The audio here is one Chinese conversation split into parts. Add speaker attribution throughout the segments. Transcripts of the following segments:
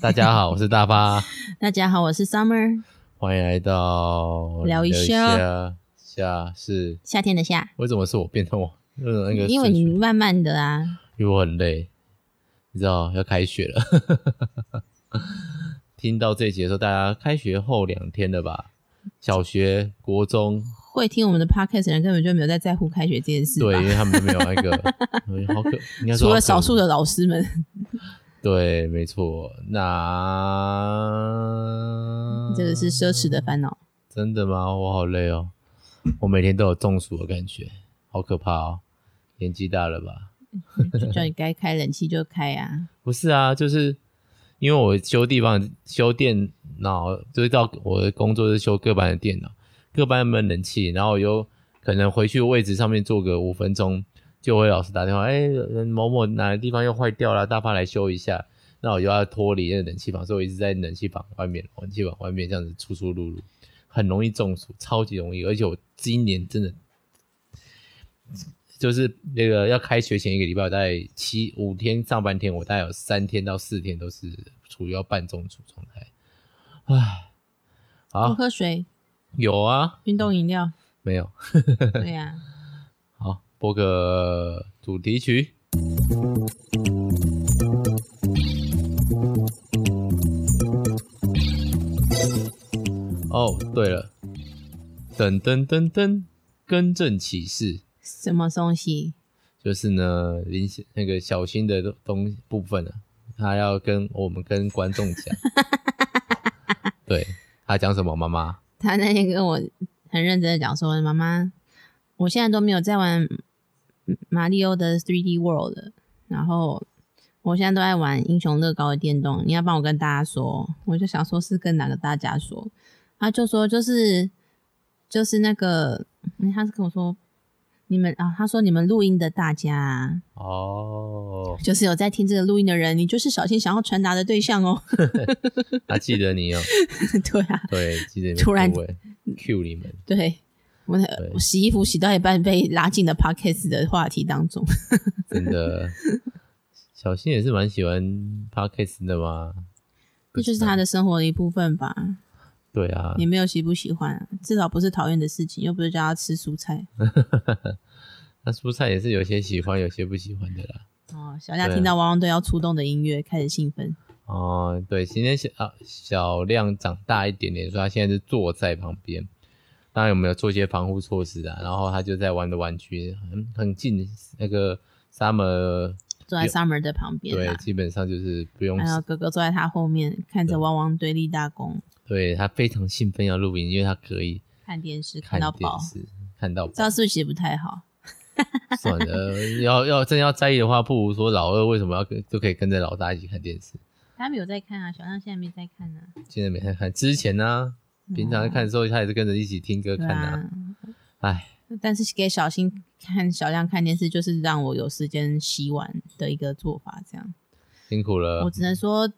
Speaker 1: 大家好，我是大发，
Speaker 2: 大家好，我是 Summer，
Speaker 1: 欢迎来到
Speaker 2: 聊一
Speaker 1: 下
Speaker 2: 下
Speaker 1: 下是
Speaker 2: 夏天的夏，
Speaker 1: 为什么是我变成我？ 为什么那个
Speaker 2: 因为
Speaker 1: 顺序
Speaker 2: 你慢慢的啊，
Speaker 1: 因为我很累，你知道要开学了。 听到这一集的时候，大家开学后两天了吧？小学、国中，
Speaker 2: 会听我们的 podcast 的人根本就没有在在乎开学这件事吧，
Speaker 1: 对，因为他们都没有那个， 嗯好可，应该说
Speaker 2: 除
Speaker 1: 好可
Speaker 2: 了少数的老师们，
Speaker 1: 对，没错。那
Speaker 2: 这个是奢侈的烦 恼。
Speaker 1: 真的吗？我好累哦，我每天都有中暑的感觉，好可怕哦！年纪大了吧？
Speaker 2: 就叫你该开冷气就开啊，
Speaker 1: 不是啊，就是因为我修地方修电脑，就是到我的工作是修各班的电脑，各班闷冷气，然后啊我又可能回去位置上面坐个五分钟，就会老师打电话，哎、某某哪个地方又坏掉了，大发来修一下。那啊我就要脱离那个冷气房，所以我一直在冷气房外面，冷气房外面这样子出出入入，很容易中暑，超级容易。而且我今年真的就是那个要开学前一个礼拜，我大概七五天上半天，我大概有三天到四天都是处于要半中暑状态。唉，
Speaker 2: 多
Speaker 1: 好
Speaker 2: 喝水，
Speaker 1: 有啊，
Speaker 2: 运动饮料，
Speaker 1: 没有
Speaker 2: 对啊呀、
Speaker 1: 好播个主题曲。哦，对了，噔噔噔噔，更正启事。
Speaker 2: 什么东西？
Speaker 1: 就是呢，林小那个小新的东东部分啊，他要跟我们跟观众讲， 对他讲什么？妈妈，
Speaker 2: 他那天跟我很认真的讲说：“妈妈，我现在都没有在玩嗯马里奥的 3D World，了然后我现在都在玩英雄乐高的电动，你要帮我跟大家说。”我就想说是跟哪个大家说，他就说就是就是那个，嗯他是跟我说你们啊，他说你们录音的大家啊、
Speaker 1: 哦，
Speaker 2: 就是有在听这个录音的人，你就是小新想要传达的对象哦。
Speaker 1: 他记得你哦，
Speaker 2: 对啊，
Speaker 1: 对，记得你们
Speaker 2: 突然
Speaker 1: 各位 Q 你们，
Speaker 2: 对，我那
Speaker 1: 对
Speaker 2: 我洗衣服洗到一半被拉进了 podcast 的话题当中。
Speaker 1: 真的，小新也是蛮喜欢 podcast 的嘛，
Speaker 2: 这就是他的生活的一部分吧。
Speaker 1: 对啊，
Speaker 2: 你没有喜不喜欢、啊，至少不是讨厌的事情，又不是叫他吃蔬菜。
Speaker 1: 那蔬菜也是有些喜欢，有些不喜欢的啦。
Speaker 2: 哦，小夏
Speaker 1: 对啊
Speaker 2: 听到汪汪队要出动的音乐，开始兴奋。
Speaker 1: 哦，对，今天小啊小亮长大一点点，所以他现在是坐在旁边。当然有没有做一些防护措施啊？然后他就在玩的玩具很很近那个 Summer，
Speaker 2: 坐在 Summer 的旁边
Speaker 1: 对，
Speaker 2: 啦，
Speaker 1: 基本上就是不用
Speaker 2: 还有哥哥坐在他后面，看着汪汪队立大功，
Speaker 1: 对他非常兴奋要录音，因为他可以
Speaker 2: 看电视
Speaker 1: 看
Speaker 2: 看到
Speaker 1: 电
Speaker 2: 饱。
Speaker 1: 视，看到
Speaker 2: 这样是不是其实不太好？
Speaker 1: 算了，要要真要在意的话，不如说老二为什么要跟都可以跟着老大一起看电视。
Speaker 2: 他没有在看啊，小亮现在没在看啊。
Speaker 1: 现在没在看，之前呢、平常在看的时候，他也是跟着一起听歌
Speaker 2: 哦对
Speaker 1: 看啊。
Speaker 2: 啊，
Speaker 1: 哎、
Speaker 2: 但是给小新看小亮看电视，就是让我有时间洗碗的一个做法，这样。
Speaker 1: 辛苦了
Speaker 2: 我。只能说，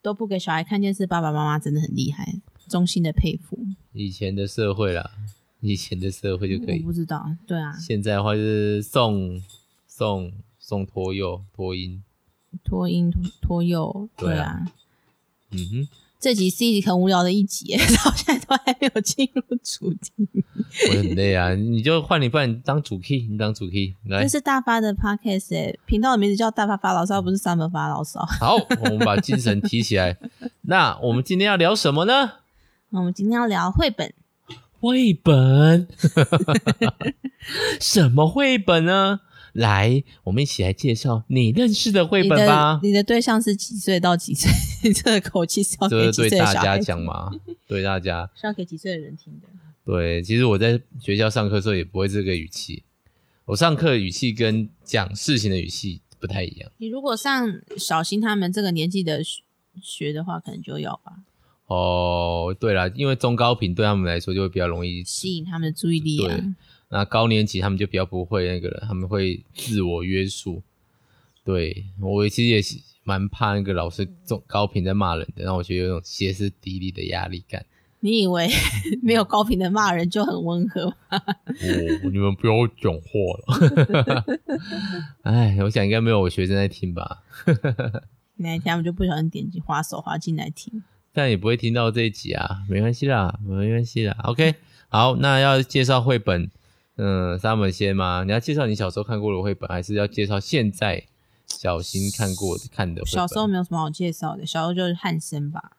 Speaker 2: 都不给小孩看电视，爸爸妈妈真的很厉害，衷心的佩服。
Speaker 1: 以前的社会啦，以前的社会就可
Speaker 2: 我
Speaker 1: 以。
Speaker 2: 不知道，对啊，
Speaker 1: 现在的话就是送送送托幼托婴，
Speaker 2: 托婴托托幼，
Speaker 1: 对啊
Speaker 2: 对啊。
Speaker 1: 嗯
Speaker 2: 这集是一集很无聊的一集耶， 到现在都还没有进入主题。
Speaker 1: 哼，我很累啊，你就换你不然当主 key，你当主 key 来
Speaker 2: 这。是大发的 podcast 哎，频道的名字叫大发发牢骚，不是 summer 发牢骚。
Speaker 1: 好，我们把精神提起来。 那我们今天要聊什么呢？
Speaker 2: 那我们今天要聊绘本，
Speaker 1: 绘本，什么绘本呢？来，我们一起来介绍你认识的绘
Speaker 2: 你
Speaker 1: 本吧
Speaker 2: 的。你的对象是几岁到几岁？ 你这个口气是要
Speaker 1: 这
Speaker 2: 给
Speaker 1: 是
Speaker 2: 几
Speaker 1: 对
Speaker 2: 岁的
Speaker 1: 大
Speaker 2: 小
Speaker 1: 家
Speaker 2: 孩
Speaker 1: 讲嘛，对大家。
Speaker 2: 是要给几岁的人听的？
Speaker 1: 对，其实我在学校上课的时候也不会这个语气，我上课的语气跟讲事情的语气不太一样。
Speaker 2: 你如果上小新他们这个年纪的学学的话，可能就要吧，
Speaker 1: 哦，对啦，因为中高频对他们来说就会比较容易，
Speaker 2: 吸引他们的注意力啊。
Speaker 1: 对那高年级他们就比较不会那个了，他们会自我约束。对我其实也是蛮怕那个老师中高频在骂人的，让我觉得有种歇斯底里的压力感。
Speaker 2: 你以为 没有高频的骂人就很温和吗？
Speaker 1: 哦，你们不要讲 话了。哎，我想应该没有我学生在听吧。
Speaker 2: 那一天我就不小心点击滑手滑进来听。
Speaker 1: 但也不会听到这一集啊，没关系啦，没关系啦。OK，好，那要介绍绘本，嗯，沙门先吗？你要介绍你小时候看过的绘本，还是要介绍现在小新看过的看的绘本？
Speaker 2: 小时候没有什么好介绍的，小时候就是汉森吧，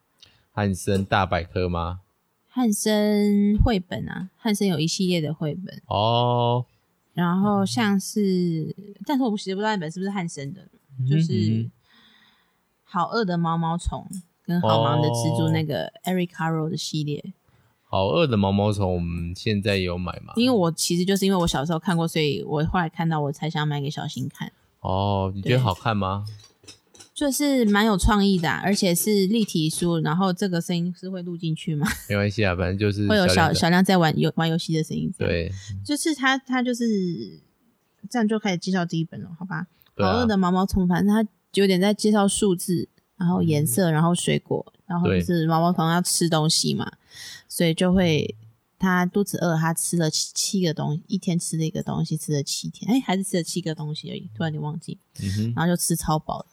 Speaker 1: 汉森大百科吗？
Speaker 2: 汉森绘本啊，汉森有一系列的绘本，
Speaker 1: 哦，
Speaker 2: 然后像是，但是我其实不知道那本是不是汉森的，就
Speaker 1: 嗯
Speaker 2: 是
Speaker 1: 嗯
Speaker 2: 好饿的毛毛虫跟好忙的蜘蛛
Speaker 1: 哦
Speaker 2: 那个 Eric Carroll 的系列，
Speaker 1: 好饿的毛毛虫，我们现在有买吗？
Speaker 2: 因为我其实就是因为我小时候看过，所以我后来看到我才想买给小新看，
Speaker 1: 哦，你觉得
Speaker 2: 对
Speaker 1: 好看吗？
Speaker 2: 就是蛮有创意的啊、而且是立体书，然后这个声音是会录进去吗？
Speaker 1: 没关系啊，反正就是
Speaker 2: 会有
Speaker 1: 小
Speaker 2: 小
Speaker 1: 小
Speaker 2: 小亮在玩游玩游戏的声音，，
Speaker 1: 对
Speaker 2: 就是他他就是这样就开始介绍第一本了，好吧？
Speaker 1: 对
Speaker 2: 好饿
Speaker 1: 啊，
Speaker 2: 的毛毛虫，反正它有点在介绍数字，然后颜
Speaker 1: 嗯
Speaker 2: 色，然后水果，然后
Speaker 1: 对
Speaker 2: 就是毛毛虫要吃东西嘛，所以就会它肚子饿，它吃了七七个东西，一天吃了一个东西，吃了七天，哎，还是吃了七个东西而已，突然你忘记，
Speaker 1: 嗯
Speaker 2: 然后就吃超饱了，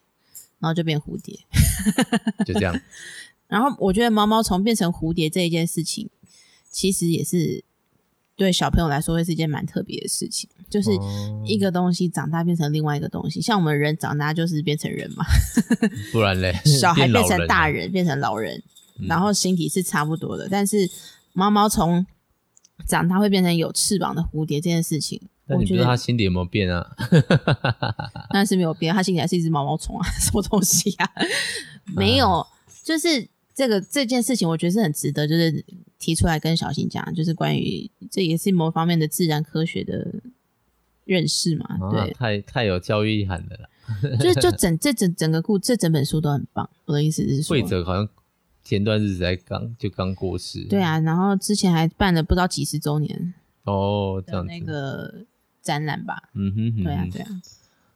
Speaker 2: 然后就变蝴蝶。
Speaker 1: 哼，就这样，
Speaker 2: 然后我觉得毛毛虫变成蝴蝶这一件事情，其实也是对小朋友来说会是一件蛮特别的事情，就是
Speaker 1: 哦
Speaker 2: 一个东西长大变成另外一个东西，像我们人长大就是变成人嘛，
Speaker 1: 不然嘞，
Speaker 2: 小孩
Speaker 1: 嗯变
Speaker 2: 变
Speaker 1: 老
Speaker 2: 成
Speaker 1: 人
Speaker 2: 大
Speaker 1: 了，
Speaker 2: 人，变成老人，
Speaker 1: 嗯
Speaker 2: 然后形体是差不多的，但是毛毛虫长大会变成有翅膀的蝴蝶这件事情，
Speaker 1: 但
Speaker 2: 我
Speaker 1: 你不
Speaker 2: 觉
Speaker 1: 知道他
Speaker 2: 得
Speaker 1: 心底有没有变啊？
Speaker 2: 那是没有变，它心里还是一只毛毛虫啊，什么东西啊？
Speaker 1: 嗯
Speaker 2: 没有，就是这个这件事情，我觉得是很值得，就是提出来跟小新讲，就是关于这也是某方面的自然科学的认识嘛，
Speaker 1: 啊
Speaker 2: 对，，
Speaker 1: 太太有教育意涵了啦。
Speaker 2: 就就整这整整个故这整本书都很棒。我的意思是说
Speaker 1: 惠，者好像前段日子才刚就刚过世。
Speaker 2: 对，啊，然后之前还办了不知道几十周年
Speaker 1: 哦，这
Speaker 2: 的
Speaker 1: 样
Speaker 2: 那
Speaker 1: 子，
Speaker 2: 个展览吧？
Speaker 1: 嗯哼哼，
Speaker 2: 对啊
Speaker 1: 嗯，
Speaker 2: 对啊，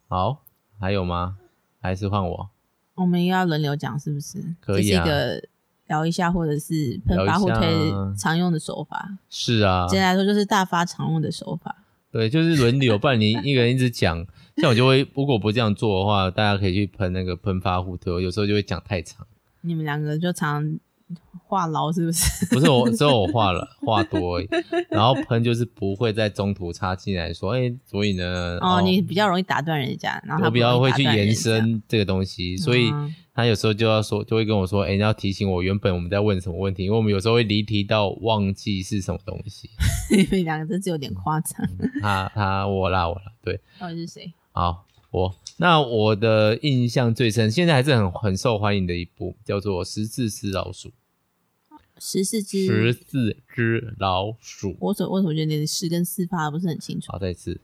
Speaker 1: 好，还有吗？还是换我？
Speaker 2: 我们又要轮流讲是不是？
Speaker 1: 可以
Speaker 2: 这是
Speaker 1: 啊
Speaker 2: 一个聊一下，或者是喷
Speaker 1: 聊一
Speaker 2: 发互推
Speaker 1: 下啊
Speaker 2: 常用的手法。
Speaker 1: 是啊，
Speaker 2: 简单来说，就是大发常用的手法。
Speaker 1: 对，就是轮流，不然你一个人一直讲，像我就会，如果不这样做的话，大家可以去喷那个喷发互推，我有时候就会讲太长，
Speaker 2: 你们两个就常话痨是 不是？
Speaker 1: 不是我，只有我话了话多而已，然后喷就是不会在中途插进来说，哎、所以呢，
Speaker 2: 哦，你比较容易打断人家，然后他
Speaker 1: 我
Speaker 2: 不
Speaker 1: 比较
Speaker 2: 容易
Speaker 1: 会
Speaker 2: 打
Speaker 1: 去
Speaker 2: 断人
Speaker 1: 延
Speaker 2: 家，
Speaker 1: 伸这个东西，所以
Speaker 2: 嗯
Speaker 1: 他有时候就要说，就会跟我说，哎、你要提醒我原本我们在问什么问题，因为我们有时候会离题到忘记是什么东西。
Speaker 2: 你们两个真是有点夸张。
Speaker 1: 嗯他他我啦我啦，对，
Speaker 2: 到底是谁？
Speaker 1: 好，我那我的印象最深，现在还是很很受欢迎的一部叫做《十四只老鼠》，
Speaker 2: 十四只
Speaker 1: 十四只老鼠，
Speaker 2: 我所我所觉得十跟四发不是很清楚。
Speaker 1: 好，再一次，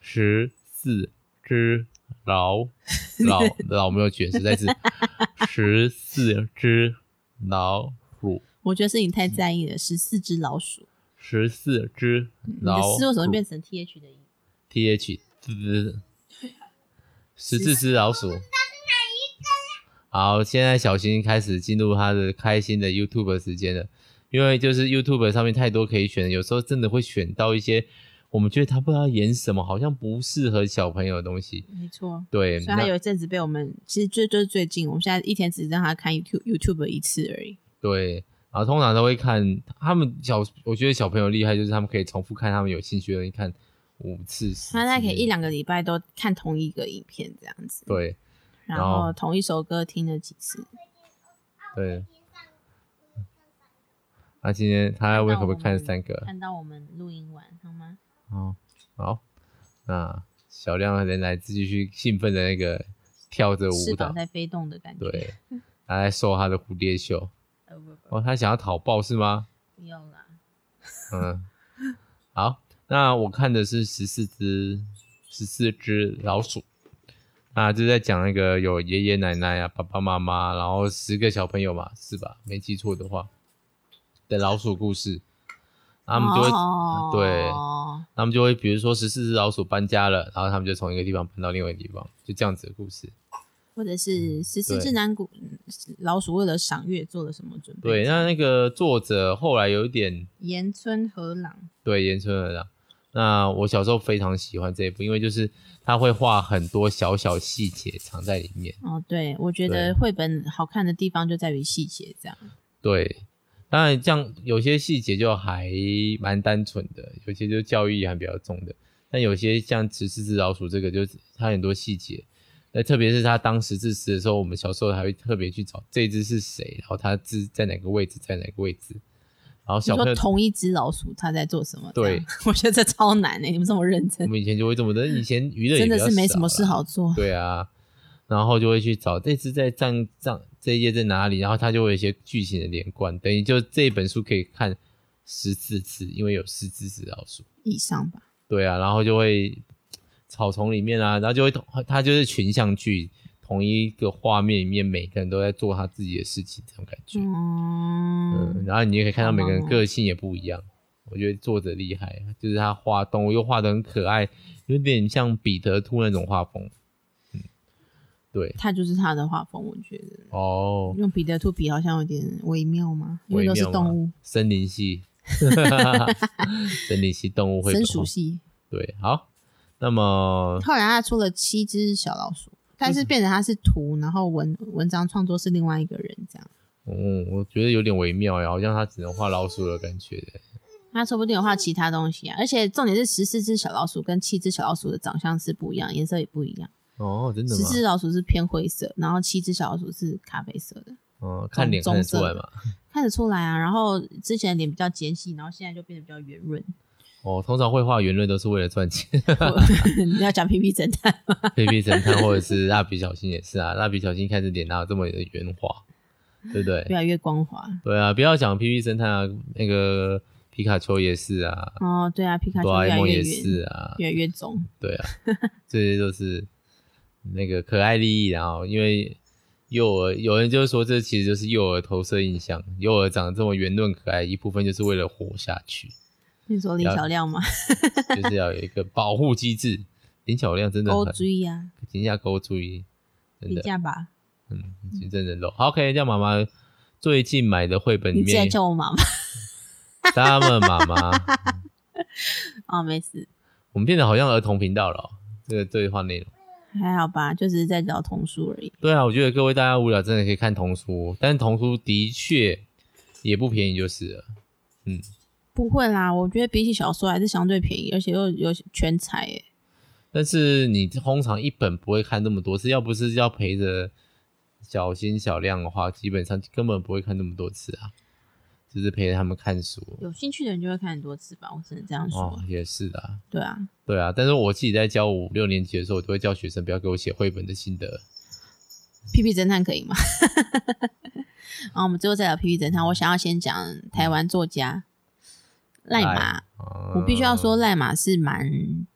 Speaker 1: 十四只老老老没有卷，实 在是十四只老鼠，
Speaker 2: 我觉得是你
Speaker 1: 嗯
Speaker 2: 太在意了，十四只老鼠，
Speaker 1: 十四只
Speaker 2: 你的
Speaker 1: 老
Speaker 2: 四为什
Speaker 1: 鼠
Speaker 2: 么会变成 T H 的音？
Speaker 1: T H 滋，十四只老鼠。好，现在小新开始进入他的开心的 YouTube 时间了，因为就是 YouTube 上面太多可以选，有时候真的会选到一些我们觉得他不知道演什么，好像不适合小朋友的东西。
Speaker 2: 没错，
Speaker 1: 对，
Speaker 2: 所以他
Speaker 1: 那
Speaker 2: 有一阵子被我们，其实就就是最近，我们现在一天只让他看 YouTube YouTube 一次而已。
Speaker 1: 对，然后通常都会看他们小，我觉得小朋友厉害就是他们可以重复看他们有兴趣的东西看五次，十
Speaker 2: 他大概可
Speaker 1: 次
Speaker 2: 以一两个礼拜都看同一个影片这样子，，
Speaker 1: 嗯对
Speaker 2: 然
Speaker 1: 然后
Speaker 2: 后同一首歌听了几次。
Speaker 1: 对。那、今天他为何不看三个？
Speaker 2: 看到我们录音完好吗？
Speaker 1: 哦，好，那小亮人来继续兴奋的那个跳着舞
Speaker 2: 翅
Speaker 1: 蹈
Speaker 2: 膀，在飞动的感觉。
Speaker 1: 对，他在收他的蝴蝶袖。
Speaker 2: 呃，不不
Speaker 1: 哦，他想要讨抱是吗？
Speaker 2: 不用啦，
Speaker 1: 嗯，好，那我看的是十四只十四只老鼠，啊，就在讲那个有爷爷奶奶啊、爸爸妈妈，然后十个小朋友嘛，是吧？没记错的话的老鼠故事，他们就会、
Speaker 2: 哦、
Speaker 1: 对他们就会比如说十四只老鼠搬家了，然后他们就从一个地方搬到另外一个地方，就这样子的故事。
Speaker 2: 或者是十四只
Speaker 1: 对
Speaker 2: 南古嗯老鼠为了赏月做了什么准备？
Speaker 1: 对，那那个作者后来有一点
Speaker 2: 岩村和朗
Speaker 1: 对岩村了啦，那我小时候非常喜欢这一部，因为就是他会画很多小小细节藏在里面。
Speaker 2: 哦，对，我觉
Speaker 1: 对
Speaker 2: 得绘本好看的地方就在于细节，这样。
Speaker 1: 对，当然像有些细节就还蛮单纯的，有些就教育意涵比较重的，但有些像直视之老鼠这个，就是它很多细节。那特别是它当时字词的时候，我们小时候还会特别去找这只是谁，然后它字在哪个位置，在哪个位置，然后
Speaker 2: 你
Speaker 1: 小朋友
Speaker 2: 说同一只老鼠它在做什么？
Speaker 1: 对
Speaker 2: 这样， 我觉得这超难欸诶、你们这么认
Speaker 1: 我
Speaker 2: 真，
Speaker 1: 们以前就会这么的，以前娱乐也
Speaker 2: 真的
Speaker 1: 比较
Speaker 2: 是没什么
Speaker 1: 少
Speaker 2: 事
Speaker 1: 啦
Speaker 2: 好 做。
Speaker 1: 对啊，然后就会去找这次在站站这一页在哪里，然后它就会有一些剧情的连贯，等于就这一本书可以看十四次，因为有十只纸老鼠。
Speaker 2: 以上吧，
Speaker 1: 对啊，然后就会草丛里面啊，然后就会同它就是群像剧，同一个画面里面每个人都在做他自己的事情，这种感觉。
Speaker 2: 嗯，
Speaker 1: 嗯，然后你也可以看到
Speaker 2: 好
Speaker 1: 每个人
Speaker 2: 忙哦
Speaker 1: 个性也不一样。我觉得作者厉害，就是他画动物又画的很可爱，有点像彼得兔那种画风。嗯，对，
Speaker 2: 它就是它的画风，我觉得
Speaker 1: 哦，
Speaker 2: 用彼得兔比好像有点微妙吗？因为
Speaker 1: 微
Speaker 2: 都是
Speaker 1: 妙啊嘛
Speaker 2: 动物，
Speaker 1: 森林系， 森林系动物绘本
Speaker 2: 生
Speaker 1: 画
Speaker 2: 熟。系。
Speaker 1: 对，好，那么
Speaker 2: 后来它出了七只小老鼠，但是变成它是图，然后文文章创作是另外一个人这样。
Speaker 1: 嗯，我觉得有点微妙欸呀，好像他只能画老鼠的感觉。
Speaker 2: 他说不定有画其他东西啊，而且重点是十四只小老鼠跟七只小老鼠的长相是不一样，颜色也不一样。
Speaker 1: 哦，真的
Speaker 2: 十
Speaker 1: 吗？
Speaker 2: 只老鼠是偏灰色，然后七只小老鼠是咖啡色的，
Speaker 1: 嗯，看脸看得出来嘛。
Speaker 2: 看得出来啊。然后之前的脸比较尖细，然后现在就变得比较圆 润。
Speaker 1: 哦，通常绘画圆润都是为了赚 钱。
Speaker 2: 我你要讲皮皮侦探吗？
Speaker 1: 贝贝侦探或者是蜡笔小新也是啊，蜡笔小新开始脸哪有这么的圆滑，对不
Speaker 2: 越
Speaker 1: 对？
Speaker 2: 来越光滑。
Speaker 1: 对啊，不要讲 P P 侦探啊，那个皮卡丘也是啊，
Speaker 2: 哦，对啊，皮卡丘
Speaker 1: 哆啦 A
Speaker 2: 越来
Speaker 1: 梦
Speaker 2: 越
Speaker 1: 也
Speaker 2: 圆，
Speaker 1: 是啊，
Speaker 2: 越来越肿。
Speaker 1: 对啊，这些都是那个可爱利益，然后因为幼儿有人就是说这其实就是幼儿投射印象，幼儿长得这么圆润可爱，一部分就是为了活下 去，
Speaker 2: 你说林小亮吗？
Speaker 1: 就是要有一个保护机制。林小亮真的
Speaker 2: 勾
Speaker 1: 很，
Speaker 2: 追呀，
Speaker 1: 人家勾注意，真
Speaker 2: 比
Speaker 1: 的。
Speaker 2: 价吧。
Speaker 1: 嗯，是真人肉。好 OK，叫妈妈最近买的绘本里
Speaker 2: 你竟然
Speaker 1: 面，
Speaker 2: 叫我妈妈
Speaker 1: 他们妈妈，
Speaker 2: 哦，没事，
Speaker 1: 我们变得好像儿童频道了哦、这个对话内容。
Speaker 2: 还好吧，就只是在找童书而已。
Speaker 1: 对啊，我觉得各位大家无聊真的可以看童书，哦但是童书的确也不便宜，就是了。
Speaker 2: 不会啦，我觉得比起小说还是相对便宜，而且又有全彩耶。
Speaker 1: 但是你通常一本不会看那么多次，要不是要陪着小新小亮的话，基本上根本不会看那么多次啊。就是陪着他们看书
Speaker 2: 有兴趣的人就会看很多次吧，我只能这样说。
Speaker 1: 哦，也是的啊。
Speaker 2: 对啊，
Speaker 1: 对啊，但是我自己在教五六年级的时候，我都会叫学生不要给我写绘本的心得。
Speaker 2: 屁屁侦探可以吗？ 然后我们最后再聊屁屁侦探，我想要先讲台湾作家赖马，
Speaker 1: 啊
Speaker 2: 我必须要，说赖马是蛮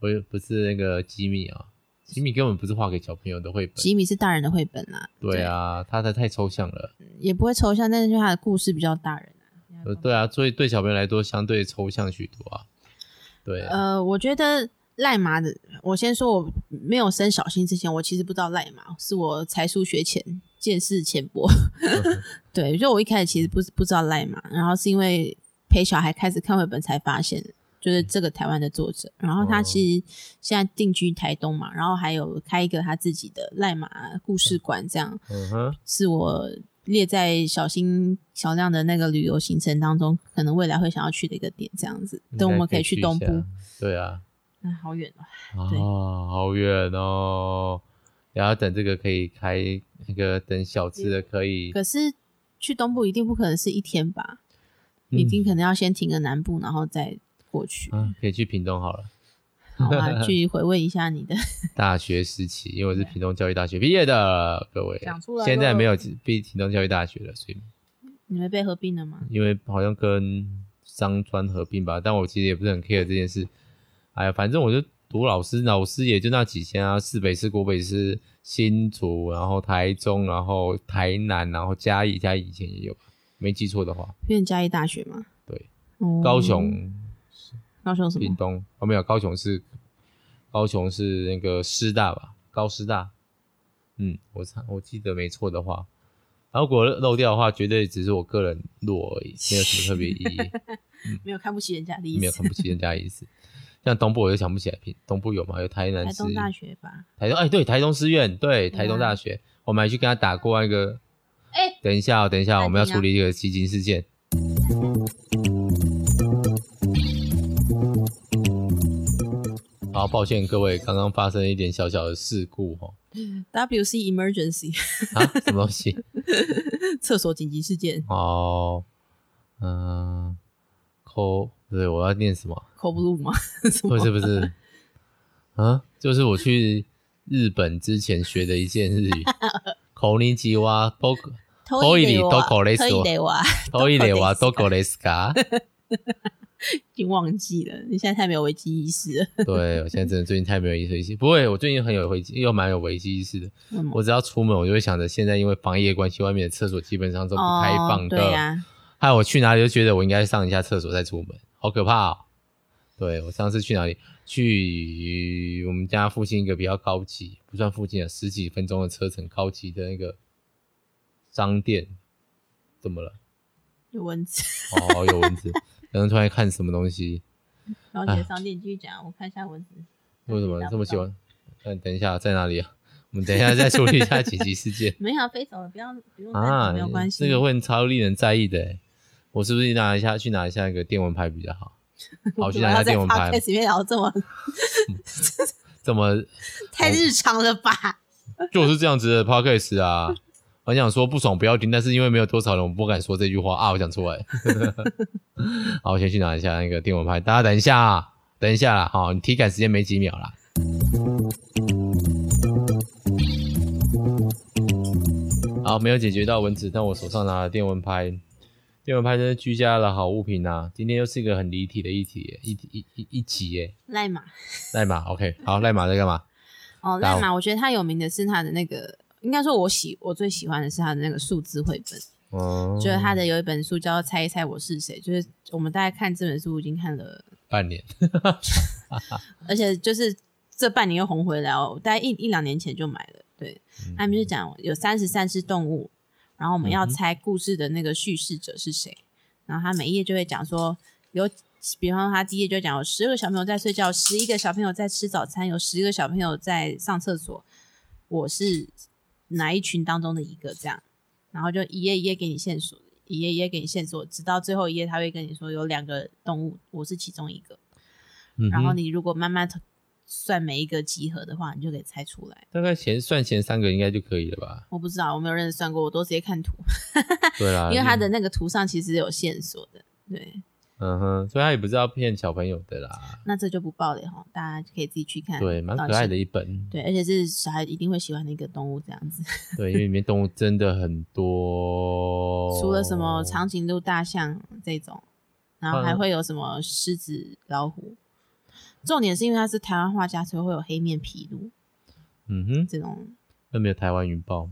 Speaker 1: 我也不是那个吉米啊，吉米根本不是画给小朋友的绘本。
Speaker 2: 吉米是大人的绘本啦，
Speaker 1: 对啊，他的太抽象了。
Speaker 2: 对，也不会抽象，但是就他的故事比较大人、啊
Speaker 1: 呃，对啊，所以对小朋友来说相对抽象许多啊。对啊，
Speaker 2: 呃，我觉得赖麻的，我先说，我没有生小新之前，我其实不知道赖麻，是我才疏学浅，见识浅薄。 对，就我一开始其实不是不知道赖麻，然后是因为陪小孩开始看绘本才发现，就是这个台湾的作者，然后他
Speaker 1: 哦
Speaker 2: 其实现在定居台东嘛，然后还有开一个他自己的赖麻故事馆，这样
Speaker 1: 嗯哼，
Speaker 2: 是我。列在小新小亮的那个旅游行程当中，可能未来会想要去的一个点，这样子。等我们可以去
Speaker 1: 去
Speaker 2: 东
Speaker 1: 一下
Speaker 2: 部，。
Speaker 1: 对啊，
Speaker 2: 嗯，好远哦。
Speaker 1: 啊
Speaker 2: 对，
Speaker 1: 好远哦。然后等这个可以开那个等小资的可以，
Speaker 2: 可是去东部一定不可能是一天吧？一
Speaker 1: 嗯
Speaker 2: 定可能要先停个南部，然后再过去，
Speaker 1: 啊，可以去屏东好了。
Speaker 2: 好吧？去回味一下你的。
Speaker 1: 大学时期，因为我是屏东教育大学毕业的，各位
Speaker 2: 讲出来，了
Speaker 1: 现在没有毕屏东教育大学了，所以
Speaker 2: 你们被合并了吗？
Speaker 1: 因为好像跟商专合并吧，但我其实也不是很 care 这件事。哎呀，反正我就读老师，老师也就那几间啊，市北市、国北市、新竹，然后台中，然后台南，然后嘉义，嘉义以前也有，没记错的话，
Speaker 2: 因为嘉义大学嘛。
Speaker 1: 对
Speaker 2: 哦。
Speaker 1: 高雄、
Speaker 2: 高雄什
Speaker 1: 屏
Speaker 2: 么？
Speaker 1: 东哦，没有，高雄是高雄是那个师大吧，高师大。嗯，我查我记得没错的话，然后如果漏掉的话，绝对只是我个人弱而已，没有什么特别意义。
Speaker 2: 没有看不起人家的 意
Speaker 1: 没有
Speaker 2: 思
Speaker 1: 看。不起人家的意思。像东部我又想不起来，平东部有吗？有台南
Speaker 2: 台
Speaker 1: 师，
Speaker 2: 东大学吧？
Speaker 1: 台东哎，对，台东师院，对，
Speaker 2: 对啊
Speaker 1: 台东大学，我们还去跟他打过那个。
Speaker 2: 哎、
Speaker 1: 等一下、哦，等一下哦、
Speaker 2: 哎
Speaker 1: 我们要
Speaker 2: 怎
Speaker 1: 处
Speaker 2: 样
Speaker 1: 理一个吸金事件。好，抱歉各位，刚刚发生一点小小的事故哦。
Speaker 2: w c emergency
Speaker 1: 啊，什么东西？
Speaker 2: 厕所紧急事件，
Speaker 1: 哦，嗯、口，不对，我要念什么？
Speaker 2: 口不录吗？ 什
Speaker 1: 不
Speaker 2: 么
Speaker 1: 是不是，啊，就是我去日本之前学的一件日语，口令吉哇都
Speaker 2: 偷
Speaker 1: 偷一里
Speaker 2: 得
Speaker 1: 都
Speaker 2: 哇
Speaker 1: 口雷
Speaker 2: 偷
Speaker 1: 死我
Speaker 2: 一得啊哇，
Speaker 1: 都一脸哇
Speaker 2: 都
Speaker 1: 都狗雷斯卡。
Speaker 2: 已经忘记了。你现在太没有危机意识 了。
Speaker 1: 对我现在真的最近太没有危机，不会，我最近很有危机，又蛮有危机意识的。
Speaker 2: 为什么
Speaker 1: 我只要出门，我就会想着现在因为防疫的关系，外面的厕所基本上都不开放
Speaker 2: 哦、
Speaker 1: 的。
Speaker 2: 对呀、
Speaker 1: 害我去哪里都觉得我应该上一下厕所再出门，好可怕、哦。对我上次去哪里？去我们家附近一个比较高级，不算附近啊，十几分钟的车程，高级的那个商店。怎么了？
Speaker 2: 有蚊子。
Speaker 1: 哦，有 蚊子，可能突然看什么东西。
Speaker 2: 然后你的商店继续讲，我看一下蚊子。
Speaker 1: 为什么这么喜欢？嗯，等一下，在哪里啊？ 我们等一下再处理一下紧急事 件
Speaker 2: 没有飞走了，不要不用担心，
Speaker 1: 啊，
Speaker 2: 没有关系。
Speaker 1: 这个会超令人在意的欸。我是不是拿一下去拿一下一个电蚊拍比较好？好，
Speaker 2: 我
Speaker 1: 我去
Speaker 2: 们
Speaker 1: 拿一
Speaker 2: 要
Speaker 1: 下
Speaker 2: 在
Speaker 1: 电蚊
Speaker 2: p
Speaker 1: 拍哦
Speaker 2: o d。里面聊这么
Speaker 1: 怎么
Speaker 2: 太日常了吧？
Speaker 1: 就是这样子的 podcast 啊。我很想说不爽不要听，但是因为没有多少人，我不敢说这句话啊。我讲出来， 好，我先去拿一下那个电蚊拍。大家等一下啊，等一下啦，好，你体感时间没几秒啦。好，没有解决到蚊子，但我手上拿了电蚊拍。电蚊拍真是居家的好物品啊！今天又是一个很离题的一题耶，一题一一一集耶。
Speaker 2: 赖马
Speaker 1: 赖马，OK，好，赖马在干嘛？
Speaker 2: 哦，
Speaker 1: 打
Speaker 2: 赖马，我觉得他有名的是他的那个，应该说我喜我最喜欢的是他的那个数字绘本，
Speaker 1: 嗯，
Speaker 2: 就是他的有一本书叫《猜一猜我是谁》，就是我们大概看这本书已经看了，
Speaker 1: 嗯半年。
Speaker 2: 而且就是这半年又红回来哦，我大概一一两年前就买了。对，他们就讲有三十三只动物，然后我们要
Speaker 1: 嗯嗯哼
Speaker 2: 猜故事的那个叙事者是谁，然后他每一页就会讲说有。比方说，他第一页就讲有十个小朋友在睡觉，十一个小朋友在吃早餐，有十个小朋友在上厕所。我是哪一群当中的一个这样，然后就一页一页给你线索，一页一页给你线索，直到最后一页他会跟你说有两个动物，我是其中一个。
Speaker 1: 嗯哼
Speaker 2: 然后你如果慢慢算每一个集合的话，你就可以猜出来。
Speaker 1: 大概前算前三个应该就可以了 吧？
Speaker 2: 我不知道，我没有认真算过，我都直接看图，
Speaker 1: 对啦，
Speaker 2: 因为它的那个图上其实有线索的。对，
Speaker 1: 嗯哼，所以他也不是要骗小朋友的 啦。
Speaker 2: 那这就不爆雷哈，大家可以自己去看。
Speaker 1: 对，蛮可爱的
Speaker 2: 到底是。
Speaker 1: 一 本。
Speaker 2: 对，而且是小孩一定会喜欢的一个动物，这样子。，
Speaker 1: 对，因为里面动物真的很多
Speaker 2: 除了什么
Speaker 1: 哦
Speaker 2: 长颈鹿、大象这种，
Speaker 1: 嗯
Speaker 2: 然后还会有什么狮子、老虎。重点是因为它是台湾画家，所以会有黑面琵鹭
Speaker 1: 嗯哼，
Speaker 2: 这种。
Speaker 1: 那没有台湾云豹，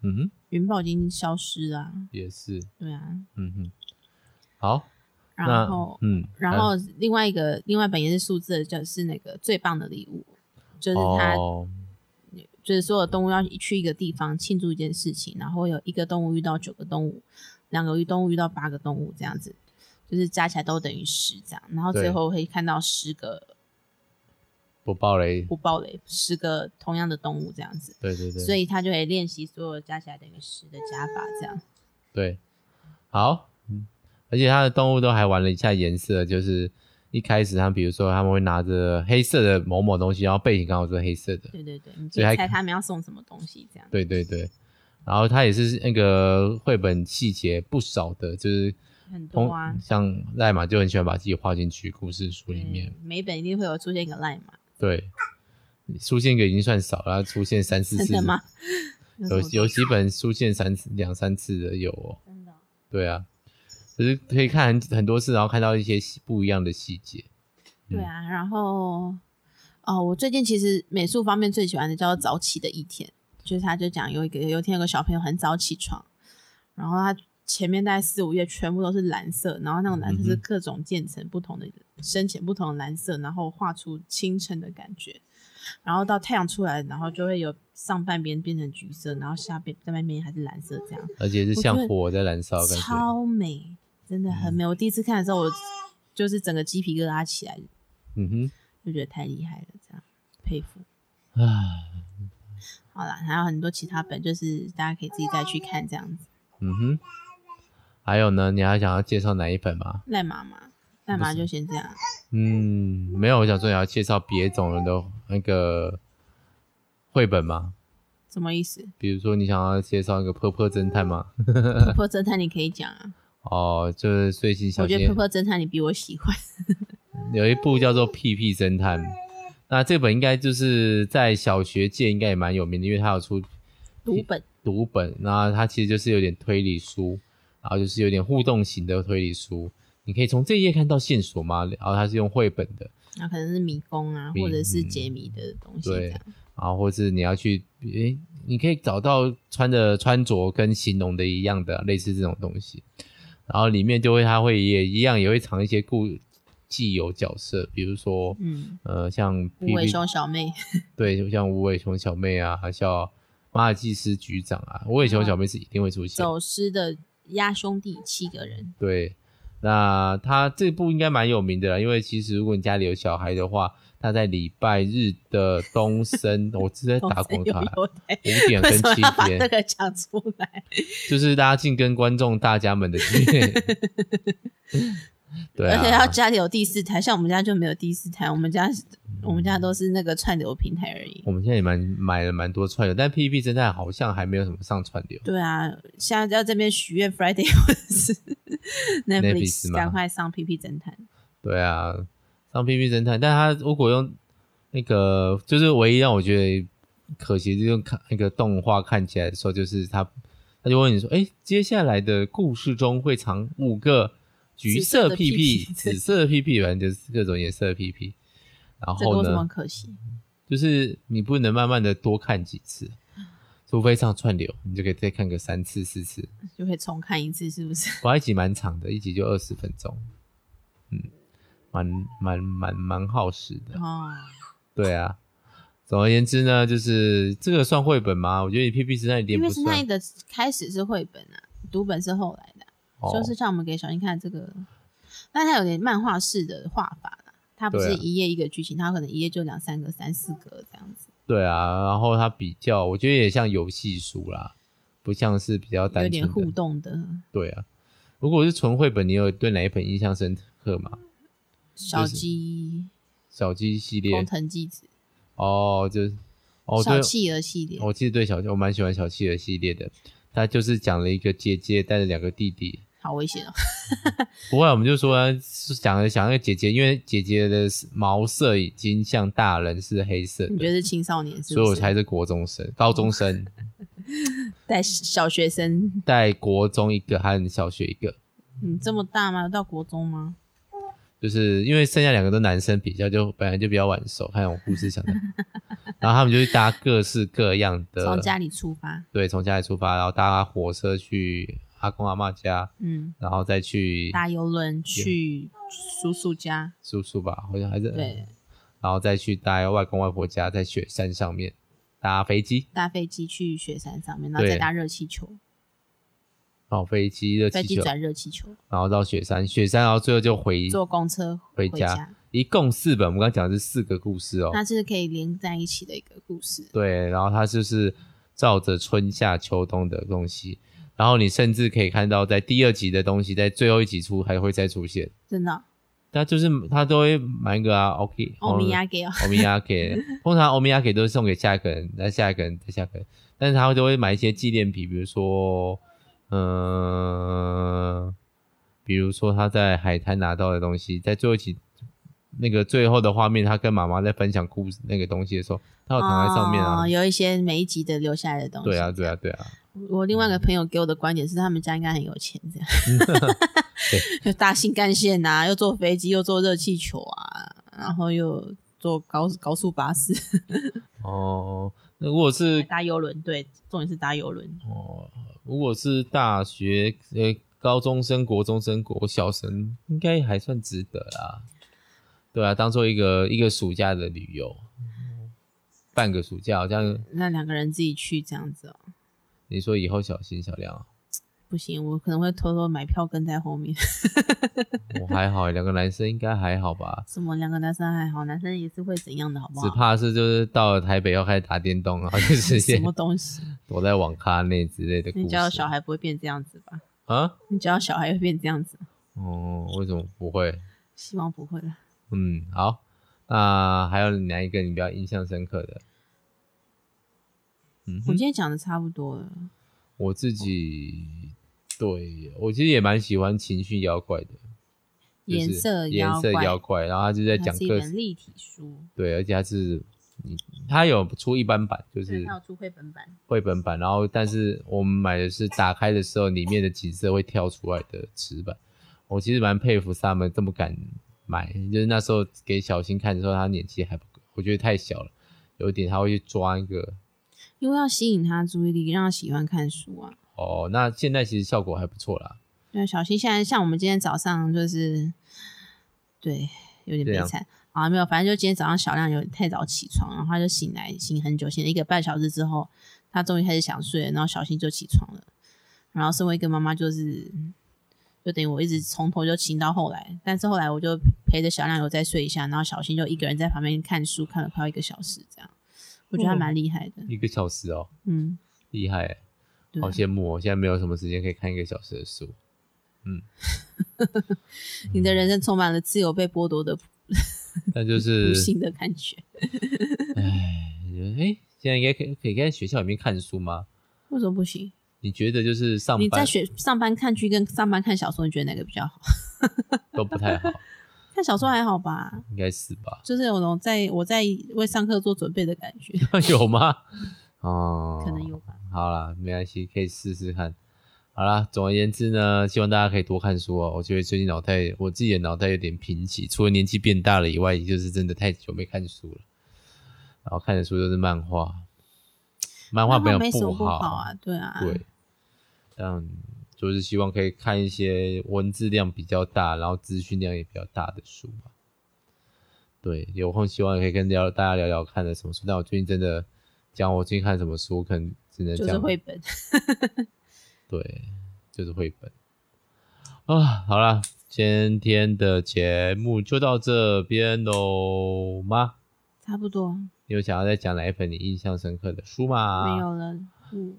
Speaker 1: 嗯哼，
Speaker 2: 云豹已经消失啦、
Speaker 1: 也是，
Speaker 2: 对啊。
Speaker 1: 嗯哼，好，那
Speaker 2: 然后
Speaker 1: 嗯，
Speaker 2: 然
Speaker 1: 啊
Speaker 2: 后另外一个另外一本也是数字的，就是那个最棒的礼物，就是它、
Speaker 1: 哦，
Speaker 2: 就是所有动物要去一个地方庆祝一件事情，然后有一个动物遇到九个动物，两个动物遇到八个动物这样子，就是加起来都等于十这样，然后最
Speaker 1: 对
Speaker 2: 后会看到十个
Speaker 1: 不爆雷，
Speaker 2: 不暴雷，十个同样的动物这样子，
Speaker 1: 对对对，
Speaker 2: 所以他就可以练习所有加起来等于十的加法这样。
Speaker 1: 对，好，嗯，而且它的动物都还玩了一下颜色，就是一开始他们比如说他们会拿着黑色的某某东西，然后背景刚好是黑色的，
Speaker 2: 对对对，你可
Speaker 1: 所以还
Speaker 2: 以猜他们要送什么东西这样。
Speaker 1: 对对对，然后它也是那个绘本细节不少的，就是
Speaker 2: 很多
Speaker 1: 通
Speaker 2: 啊
Speaker 1: 像赖马就很喜欢把自己画进去故事书里面
Speaker 2: 嗯，，每一本一定会有出现一个 line 嘛？
Speaker 1: 对，出现一个已经算少了，它出现三四
Speaker 2: 真
Speaker 1: 次
Speaker 2: 的，吗？有
Speaker 1: 有
Speaker 2: 什么
Speaker 1: 有几本出现三次两三次的有、哦，
Speaker 2: 真的哦
Speaker 1: 对啊，就是可以看很很多次，然后看到一些细不一样的细节。嗯
Speaker 2: 对啊，然后哦，我最近其实美术方面最喜欢的叫《做《早起的一天》，就是他就讲有一个有一天有个小朋友很早起床，然后他前面大概四五页全部都是蓝色，然后那种蓝色
Speaker 1: 嗯
Speaker 2: 是
Speaker 1: 哼
Speaker 2: 各种渐层不同的、深浅不同的蓝色，然后画出清晨的感觉，然后到太阳出来，然后就会有上半边变成橘色，然后下边下半边还是蓝色这样。
Speaker 1: 而且是像火在燃烧，感觉嗯
Speaker 2: 超美，真的很美。我第一次看的时候，我就是整个鸡皮疙瘩起来，
Speaker 1: 嗯
Speaker 2: 就觉得太厉害了，这样佩服。
Speaker 1: 哼，唉，
Speaker 2: 好啦，还有很多其他本，就是大家可以自己再去看这样子。
Speaker 1: 嗯哼，还有呢，你还想要介绍哪一本吗？
Speaker 2: 赖妈妈，赖妈就先这样。啊
Speaker 1: 嗯，没有，我想说你要介绍别种的那个绘本吗？
Speaker 2: 什么意思？
Speaker 1: 比如说你想要介绍一个《婆婆侦探》吗？
Speaker 2: 婆婆侦探你可以讲啊，
Speaker 1: 哦，就是最新呃小
Speaker 2: 我觉
Speaker 1: 新
Speaker 2: 得婆婆侦探你比我 喜欢。
Speaker 1: 有一部叫做《屁屁侦探》，那这本应该就是在小学界应该也蛮有名的，因为它有出
Speaker 2: 读本
Speaker 1: 读本，那它其实就是有点推理书，然后就是有点互动型的推理书。你可以从这一页看到线索嘛，然后它是用绘本的，
Speaker 2: 那可能是迷宫啊，
Speaker 1: 迷嗯
Speaker 2: 或者是解谜的东西这
Speaker 1: 对
Speaker 2: 样。
Speaker 1: 然后或是你要去，诶，你可以找到穿的穿着跟形容的一样的，类似这种东西。然后里面就会，它会也一样，也会藏一些固既有角色，比如说，
Speaker 2: 嗯，
Speaker 1: 呃，像
Speaker 2: 无
Speaker 1: P
Speaker 2: 尾
Speaker 1: P
Speaker 2: 熊小妹，
Speaker 1: 对，就像无尾熊小妹啊，还像马尔济斯局长啊，无尾熊小妹是一定会出现。
Speaker 2: 走失的鸭兄弟七个人，
Speaker 1: 对，那他这部应该蛮有名的啦，因为其实如果你家里有小孩的话，他在礼拜日的东升，我是在打广
Speaker 2: 公司
Speaker 1: 告
Speaker 2: 有
Speaker 1: 啦，
Speaker 2: 优待。
Speaker 1: 五点
Speaker 2: 为
Speaker 1: 跟
Speaker 2: 什么
Speaker 1: 七
Speaker 2: 要把这
Speaker 1: 点，
Speaker 2: 个讲出来？
Speaker 1: 就是大家进跟观众大家们的见 面。对
Speaker 2: 而且要
Speaker 1: 啊，
Speaker 2: 家里有第四台，像我们家就没有第四台，我们家
Speaker 1: 嗯
Speaker 2: 我们家都是那个串流平台而已。
Speaker 1: 我们现在也蛮买了蛮多串流，但 P P 侦探好像还没有什么上串流。
Speaker 2: 对啊，现在在这边许愿 Friday 或者是 Netflix，
Speaker 1: Netflix 吗
Speaker 2: 赶快上 PP 侦探。
Speaker 1: 对啊，上 P P 侦探，但他如果用那个，就是唯一让我觉得可惜，就是用看那个动画看起来的时候，就是他他就问你说，哎，接下来的故事中会藏五个橘色屁屁、
Speaker 2: 紫
Speaker 1: 紫色屁屁，反正就是各种颜色的屁屁。然
Speaker 2: 这个
Speaker 1: 后
Speaker 2: 为什么
Speaker 1: 呢
Speaker 2: 很，可惜？
Speaker 1: 就是你不能慢慢的多看几次，除非上串流，你就可以再看个三次四次。
Speaker 2: 就会重看一次，是 不是？
Speaker 1: 我一集蛮长的，一集就二十分钟，嗯，蛮蛮蛮蛮耗时的。
Speaker 2: 哦，
Speaker 1: 对啊，总而言之呢，就是这个算绘本吗？我觉得你 P P 时代有点
Speaker 2: 因
Speaker 1: 不
Speaker 2: 为是那
Speaker 1: 算
Speaker 2: 里，的开始是绘本啊，读本是后来的啊、
Speaker 1: 哦
Speaker 2: 就是像我们给小新看这个，但它有点漫画式的画法啦，它不
Speaker 1: 对啊
Speaker 2: 是一页一个剧情，它可能一页就两三个、三四个这样子，
Speaker 1: 对啊，然后它比较，我觉得也像游戏书啦，不像是比较
Speaker 2: 有
Speaker 1: 单
Speaker 2: 点
Speaker 1: 纯
Speaker 2: 互
Speaker 1: 的。
Speaker 2: 动的
Speaker 1: 对啊，如果是纯绘本，你有对哪一本印象深刻吗？
Speaker 2: 小鸡、
Speaker 1: 小鸡系
Speaker 2: 工
Speaker 1: 列
Speaker 2: 藤纪子、
Speaker 1: 哦，就是哦，对哦
Speaker 2: 小，企鹅系列，
Speaker 1: 我记得对小鸡，我蛮喜欢小企鹅系列的。它就是讲了一个姐姐带着两个弟弟，
Speaker 2: 好危险哦！
Speaker 1: 不会，我们就说啊是讲了想那个姐姐，因为姐姐的毛色已经像大人是黑色
Speaker 2: 你
Speaker 1: 的
Speaker 2: 觉，得是青少年是
Speaker 1: 所以
Speaker 2: 不
Speaker 1: 我
Speaker 2: 是？
Speaker 1: 猜是国中生、高中生，
Speaker 2: 带小学生，
Speaker 1: 带国中一个和小学一个，
Speaker 2: 嗯，这么大吗？到国中吗？
Speaker 1: 就是因为剩下两个都男生，比较就本来就比较晚熟，看我故事 想的，然后他们就去搭各式各样的，
Speaker 2: 从家里出发，
Speaker 1: 对，从家里出发，然后搭火车去阿公阿嬷家，
Speaker 2: 嗯，
Speaker 1: 然后再去
Speaker 2: 搭游轮去叔叔家，
Speaker 1: 叔叔吧，好像还是
Speaker 2: 对，
Speaker 1: 然后再去搭外公外婆家，在雪山上面搭飞机。
Speaker 2: 搭飞机去雪山上面，然后
Speaker 1: 对
Speaker 2: 再搭热气球，
Speaker 1: 哦，飞机热
Speaker 2: 飞
Speaker 1: 气
Speaker 2: 机
Speaker 1: 球，
Speaker 2: 转热气球，
Speaker 1: 然后到雪山，雪山，然后最后就回，
Speaker 2: 坐公车
Speaker 1: 回家
Speaker 2: 家，
Speaker 1: 一共四本，我们刚刚讲的是四个故事哦。
Speaker 2: 它是可以连在一起的一个故事。
Speaker 1: 对，然后它就是照着春夏秋冬的东西，然后你甚至可以看到，在第二集的东西，在最后一集出还会再出现，
Speaker 2: 真的，
Speaker 1: 它就是它都会买一个啊，OK，
Speaker 2: 欧米 亚给哦，
Speaker 1: 欧米亚给，通常欧米亚给都是送给下一个人，那下一个人，再下一个人，但是他都会买一些纪念品，比如说，嗯，比如说他在海滩拿到的东西，在最后一集那个最后的画面，他跟妈妈在分享故事那个东西的时候，他有躺在上面啊，
Speaker 2: 哦有一些每一集的留下来的东西。
Speaker 1: 对啊，对啊，对啊，
Speaker 2: 我另外一个朋友给我的观点是，他们家应该很有钱，这样
Speaker 1: 嗯
Speaker 2: 就搭新干线啊，又坐飞机，又坐热气球啊，然后又坐高高速巴士，
Speaker 1: 哦，那如果是
Speaker 2: 搭游轮，对，重点是搭游轮。
Speaker 1: 哦，如果是大学呃高中生、国中生、国小生，应该还算值得啦。对啊，当做一个一个暑假的旅游，半个暑假，好像
Speaker 2: 那两个人自己去这样子哦，
Speaker 1: 你说以后小心小亮啊，
Speaker 2: 不行，我可能会偷偷买票跟在后面。
Speaker 1: 我还好，欸两个男生应该还好吧？
Speaker 2: 什么两个男生还好，男生也是会怎样的，好不
Speaker 1: 只
Speaker 2: 好？
Speaker 1: 怕是就是到了台北要开始打电动，然后就直
Speaker 2: 什
Speaker 1: 接
Speaker 2: 么东 西？
Speaker 1: 躲在网咖内之类的故事。
Speaker 2: 你教小孩不会变这样子吧？
Speaker 1: 啊？
Speaker 2: 你教小孩会变这样子？
Speaker 1: 哦，为什么不会？
Speaker 2: 希望不会了。
Speaker 1: 嗯，好，那还有哪一个你比较印象深刻的？嗯
Speaker 2: 我
Speaker 1: 哼，
Speaker 2: 今天讲的差不多了。
Speaker 1: 我
Speaker 2: 哦
Speaker 1: 自己对我其实也蛮喜欢情绪妖怪的，就是
Speaker 2: 颜色
Speaker 1: 颜
Speaker 2: 妖
Speaker 1: 色
Speaker 2: 怪，
Speaker 1: 妖怪，然后他就在
Speaker 2: 它
Speaker 1: 讲
Speaker 2: 是一
Speaker 1: 各
Speaker 2: 本立体书，
Speaker 1: 对，而且他是你他有出一般版，就
Speaker 2: 对，
Speaker 1: 是
Speaker 2: 它有出绘本版。
Speaker 1: 绘本版，然后但是我们买的是打开的时候里面的景色会跳出来的纸版。我其实蛮佩服他们这么敢买，就是那时候给小新看的时候，他年纪还不够，我觉得太小了，有一点他会去抓一个。
Speaker 2: 因为要吸引他注意力，让他喜欢看书啊。
Speaker 1: 哦，那现在其实效果还不错啦。
Speaker 2: 那小新现在像我们今天早上就是，对，有点
Speaker 1: 这
Speaker 2: 悲
Speaker 1: 样
Speaker 2: 惨啊，没有，反正就今天早上小亮有点太早起床，然后他就醒来，醒很久，醒了一个半小时之后，他终于开始想睡了，然后小新就起床了。然后身为一个妈妈，就是就等于我一直从头就醒到后来，但是后来我就陪着小亮有再睡一下，然后小新就一个人在旁边看书，看了快要一个小时这样。我觉得还蛮厉害的，
Speaker 1: 一个小时哦，
Speaker 2: 嗯，
Speaker 1: 厉害欸，
Speaker 2: 对啊
Speaker 1: 好羡慕哦！我现在没有什么时间可以看一个小时的 书。
Speaker 2: 你的人生充满了自由被剥夺的
Speaker 1: 但就
Speaker 2: 不
Speaker 1: 是，
Speaker 2: 幸的感觉。
Speaker 1: 哎，现在应该可以可以在学校里面看书吗？
Speaker 2: 为什么不行？
Speaker 1: 你觉得就是上
Speaker 2: 你在
Speaker 1: 班
Speaker 2: 学上班看剧跟上班看小说，你觉得哪个比较好？
Speaker 1: 都不太好，
Speaker 2: 看小说还好吧，
Speaker 1: 应该是吧？
Speaker 2: 就是有种在我在为上课做准备的感觉，
Speaker 1: 有吗？哦，
Speaker 2: 可能。有吧。
Speaker 1: 好啦，没关系，可以试试看。好啦，总而言之呢，希望大家可以多看书哦。我觉得最近脑袋，我自己的脑袋有点贫瘠，除了年纪变大了以外，也就是真的太久没看书了。然后看的书都是漫画，漫画没有
Speaker 2: 没什么
Speaker 1: 不
Speaker 2: 好啊，对啊，
Speaker 1: 对，嗯，就是希望可以看一些文字量比较大，然后资讯量也比较大的书吧。对，有空希望也可以跟聊大家聊聊看的什么书。但我最近真的讲我最近看什么书，可能只能
Speaker 2: 就是
Speaker 1: 讲
Speaker 2: 绘本。
Speaker 1: 对，就是绘本啊。好啦，今天的节目就到这边喽吗？
Speaker 2: 差不多
Speaker 1: 你有想要再讲哪一本你印象深刻的书吗？
Speaker 2: 没有了，嗯，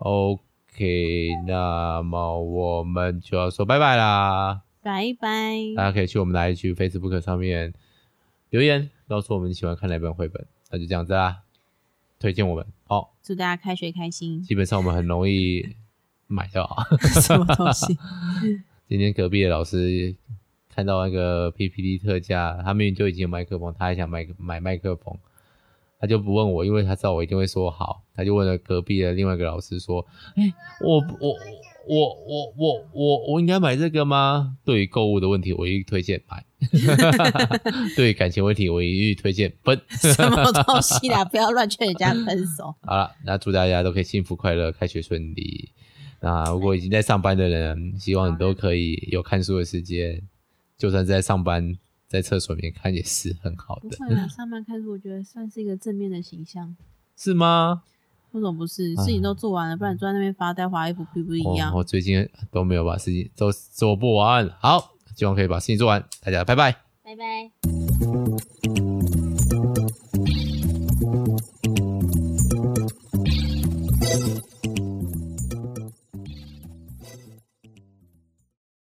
Speaker 1: OK，那么我们就要说拜拜啦！
Speaker 2: 拜拜，
Speaker 1: 大家可以去我们的 IG、Facebook 上面留言，告诉我们你喜欢看哪本绘本。那就这样子啦，推荐我们哦。
Speaker 2: 祝大家开学开心。
Speaker 1: 基本上我们很容易买到啊。
Speaker 2: 什么东西？
Speaker 1: 今天隔壁的老师看到那个 PPT 特价，他明明就已经有麦克风，他还想买买麦克风，他就不问我，因为他知道我一定会说好，他就问了隔壁的另外一个老师说：“哎、我我我我我我我应该买这个吗？”对于购物的问题，我一律推荐买； 对于感情问题，我一律推荐分。
Speaker 2: 什么东西啦？不要乱劝人家分手。
Speaker 1: 好了，那祝大家都可以幸福快乐，开学顺利。那如果已经在上班的人，希望你都可以有看书的时间，就算是在上班，在厕所里面看也是很好
Speaker 2: 不
Speaker 1: 的，
Speaker 2: 会啦，上班开始我觉得算是一个正面的形象。
Speaker 1: 是吗？
Speaker 2: 为什么不是？事情都做完了，不然坐在那边发呆划 A P P 不一样
Speaker 1: 我我？哦最近都没有把事情都做不完，好，希望可以把事情做完，大家拜拜。
Speaker 2: 拜拜。